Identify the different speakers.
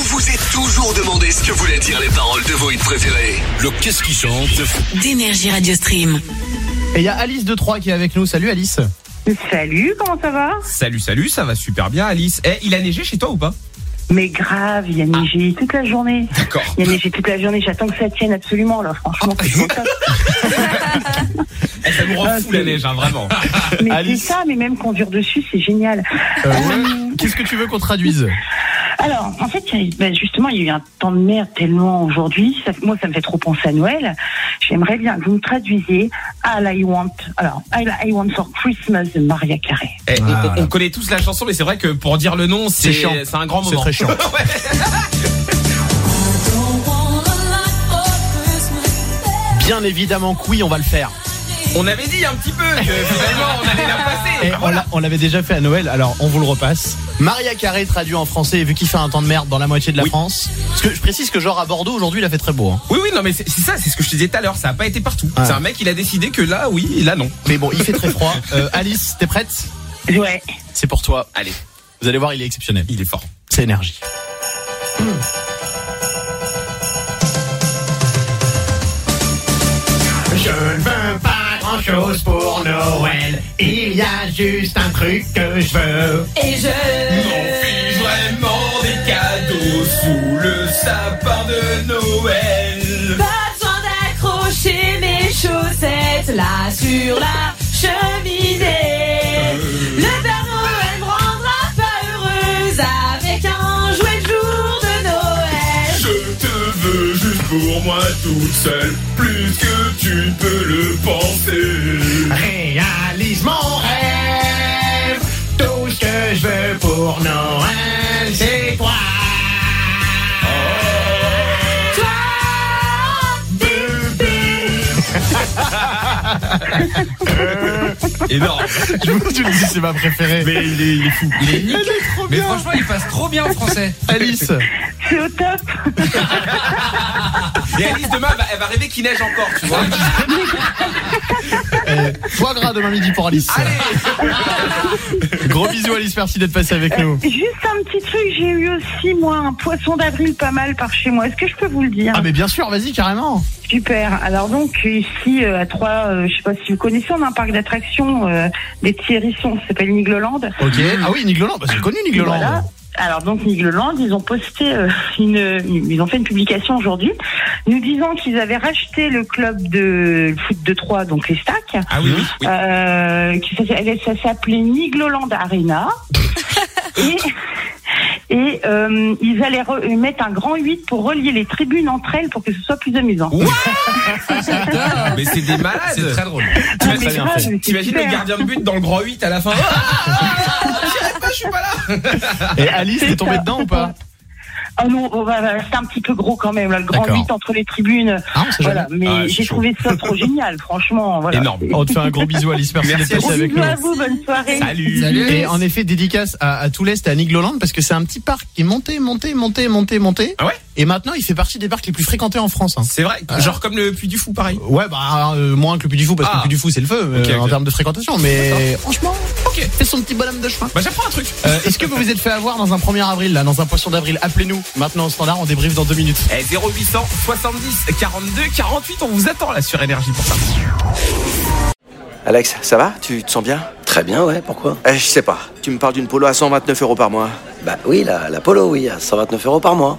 Speaker 1: vous êtes toujours demandé ce que voulaient dire les paroles de vos hits préférés. Le qu'est-ce qui chante
Speaker 2: d'énergie Radio Stream.
Speaker 3: Et il y a Alice de Troyes qui est avec nous. Salut Alice.
Speaker 4: Salut, comment ça va
Speaker 5: Salut, salut, ça va super bien, Alice. Eh, il a neigé chez toi ou pas
Speaker 4: Mais grave, il y a neigé toute la journée.
Speaker 5: D'accord.
Speaker 4: Il y a neigé toute la journée, j'attends que ça tienne absolument, là, franchement.
Speaker 3: Ah,
Speaker 4: c'est pour ça.
Speaker 5: Eh, ça nous rend fou la neige, hein, vraiment.
Speaker 4: Mais c'est
Speaker 3: Alice.
Speaker 4: ça, mais même conduire dessus, c'est génial.
Speaker 3: Euh, ouais. Qu'est-ce que tu veux qu'on traduise
Speaker 4: Alors, en fait, il y a- ben, justement, il y a eu un temps de merde tellement aujourd'hui. ça- moi, ça me fait trop penser à Noël. J'aimerais bien que vous me traduisiez All I Want. Alors, All I Want for Christmas de Maria Carey.
Speaker 5: Eh, on-
Speaker 3: Voilà.
Speaker 5: on, on connaît tous la chanson, mais c'est vrai que pour dire le nom, c'est
Speaker 3: C'est chiant.
Speaker 5: c'est un grand
Speaker 3: C'est
Speaker 5: moment.
Speaker 3: très chiant.
Speaker 5: Ouais.
Speaker 3: Bien évidemment que oui, on va le faire.
Speaker 5: On avait dit un petit peu que finalement on allait la passer.
Speaker 3: Et on l'a- on l'avait déjà fait à Noël, alors on vous le repasse. Maria Carré traduit en français, et vu qu'il fait un temps de merde dans la moitié de la
Speaker 5: Oui.
Speaker 3: France. Parce que je précise que genre à Bordeaux aujourd'hui il a fait très beau. hein.
Speaker 5: Oui, oui, non, mais c'est c'est ça, c'est ce que je te disais tout à l'heure. Ça a pas été partout.
Speaker 3: Ah.
Speaker 5: C'est un mec, il a décidé que là, oui, et là, non.
Speaker 3: Mais bon, il fait très froid. Euh, Alice, t'es prête
Speaker 4: Ouais.
Speaker 3: C'est pour toi.
Speaker 5: Allez,
Speaker 3: Vous allez voir, il est exceptionnel.
Speaker 5: il est fort.
Speaker 3: C'est énergie.
Speaker 6: Je ne veux pas grand chose pour Noël. Il y a juste un truc que je veux.
Speaker 5: On vraiment des cadeaux sous le sapin de Noël.
Speaker 7: Pas besoin d'accrocher mes chaussettes là sur la cheminée. Le Père Noël me rendra pas heureuse avec un jouet le jour de Noël.
Speaker 6: Je te veux juste pour moi toute seule, plus que tu ne peux le penser. Réalise mon rêve. Tout ce que je veux pour Noël, c'est toi.
Speaker 7: Toi,
Speaker 5: Énorme.
Speaker 3: Je vous tu le dis, c'est ma préférée.
Speaker 5: Mais il est, il est fou. Il est nickel.
Speaker 3: trop
Speaker 5: Mais
Speaker 3: bien.
Speaker 5: franchement, il passe trop bien en français.
Speaker 3: Alice,
Speaker 4: C'est au top.
Speaker 5: Et Alice demain, elle va- elle va rêver qu'il neige encore, tu vois.
Speaker 3: euh, foie gras demain midi pour Alice. Gros bisous Alice, merci d'être passé avec nous.
Speaker 4: Juste un petit truc, j'ai eu aussi, moi, un poisson d'avril pas mal par chez moi. Est-ce que je peux vous le dire
Speaker 3: Ah mais bien sûr, vas-y carrément.
Speaker 4: Super. Alors donc ici euh, à Troyes, euh, je sais pas si vous connaissez, on a un parc d'attractions euh, des petits hérissons, ça s'appelle Nigloland.
Speaker 3: Ok. Ah oui, Nigloland, bah, c'est connu Nigloland.
Speaker 4: Voilà. Alors donc Nigloland, ils ont posté euh, une, une- ils ont fait une publication aujourd'hui, nous disant qu'ils avaient racheté le club de foot de Troyes, donc les Stacks,
Speaker 5: Ah oui, oui. oui.
Speaker 4: euh, qui s'appelait- ça s'appelait Nigloland Arena. et et euh, ils allaient re- mettre un grand 8 pour relier les tribunes entre elles pour que ce soit plus amusant.
Speaker 5: Mais c'est des malades. C'est très drôle.
Speaker 4: Ah, mais grave, mais c'est
Speaker 5: T'imagines le
Speaker 4: super.
Speaker 5: gardien de but dans le grand 8 à la fin Ah, j'y arrive pas, Je suis pas là
Speaker 3: Et Alice, t'es
Speaker 4: C'est
Speaker 3: tombée
Speaker 4: ça.
Speaker 3: dedans ou pas
Speaker 4: Ah non, oh, bah, bah, c'est un petit peu gros quand même, là, le grand
Speaker 3: D'accord.
Speaker 4: 8 entre les tribunes.
Speaker 3: Ah, on sait
Speaker 4: Voilà, mais
Speaker 5: Ah, c'est
Speaker 4: j'ai
Speaker 5: chaud.
Speaker 4: trouvé ça trop génial, franchement. Voilà.
Speaker 5: Énorme.
Speaker 3: On te fait un gros bisou Alice, merci,
Speaker 5: Merci,
Speaker 3: d'être
Speaker 4: Gros
Speaker 3: passé avec
Speaker 4: bisous
Speaker 3: nous.
Speaker 4: à vous, bonne soirée.
Speaker 5: Salut.
Speaker 3: Et en effet, dédicace à, à Toulouse et à Nigloland parce que c'est un petit parc qui est monté, monté, monté, monté, monté.
Speaker 5: Ah ouais
Speaker 3: Et maintenant, il fait partie des parcs les plus fréquentés en France. hein.
Speaker 5: C'est vrai, genre comme le Puy du Fou, pareil.
Speaker 3: Ouais, bah euh, moins que le Puy du Fou parce que
Speaker 5: Ah.
Speaker 3: le Puy du Fou c'est le feu euh,
Speaker 5: Ok, ok.
Speaker 3: en termes de fréquentation. Mais franchement,
Speaker 5: Ok.
Speaker 3: fait son petit bonhomme de chemin.
Speaker 5: Bah j'apprends un truc.
Speaker 3: Euh, Est-ce que vous vous êtes fait avoir dans un 1er avril, là, dans un poisson d'avril Appelez-nous maintenant au standard, on débriefe dans deux minutes.
Speaker 5: Eh, 0800 70 42 48, on vous attend là sur Énergie pour ça.
Speaker 8: Alex, ça va Tu te sens bien
Speaker 9: Très bien, ouais, pourquoi
Speaker 8: Eh, je sais pas. Tu me parles d'une polo à 129 euros par mois.
Speaker 9: Bah oui, la, la Polo, oui, à 129 euros par mois.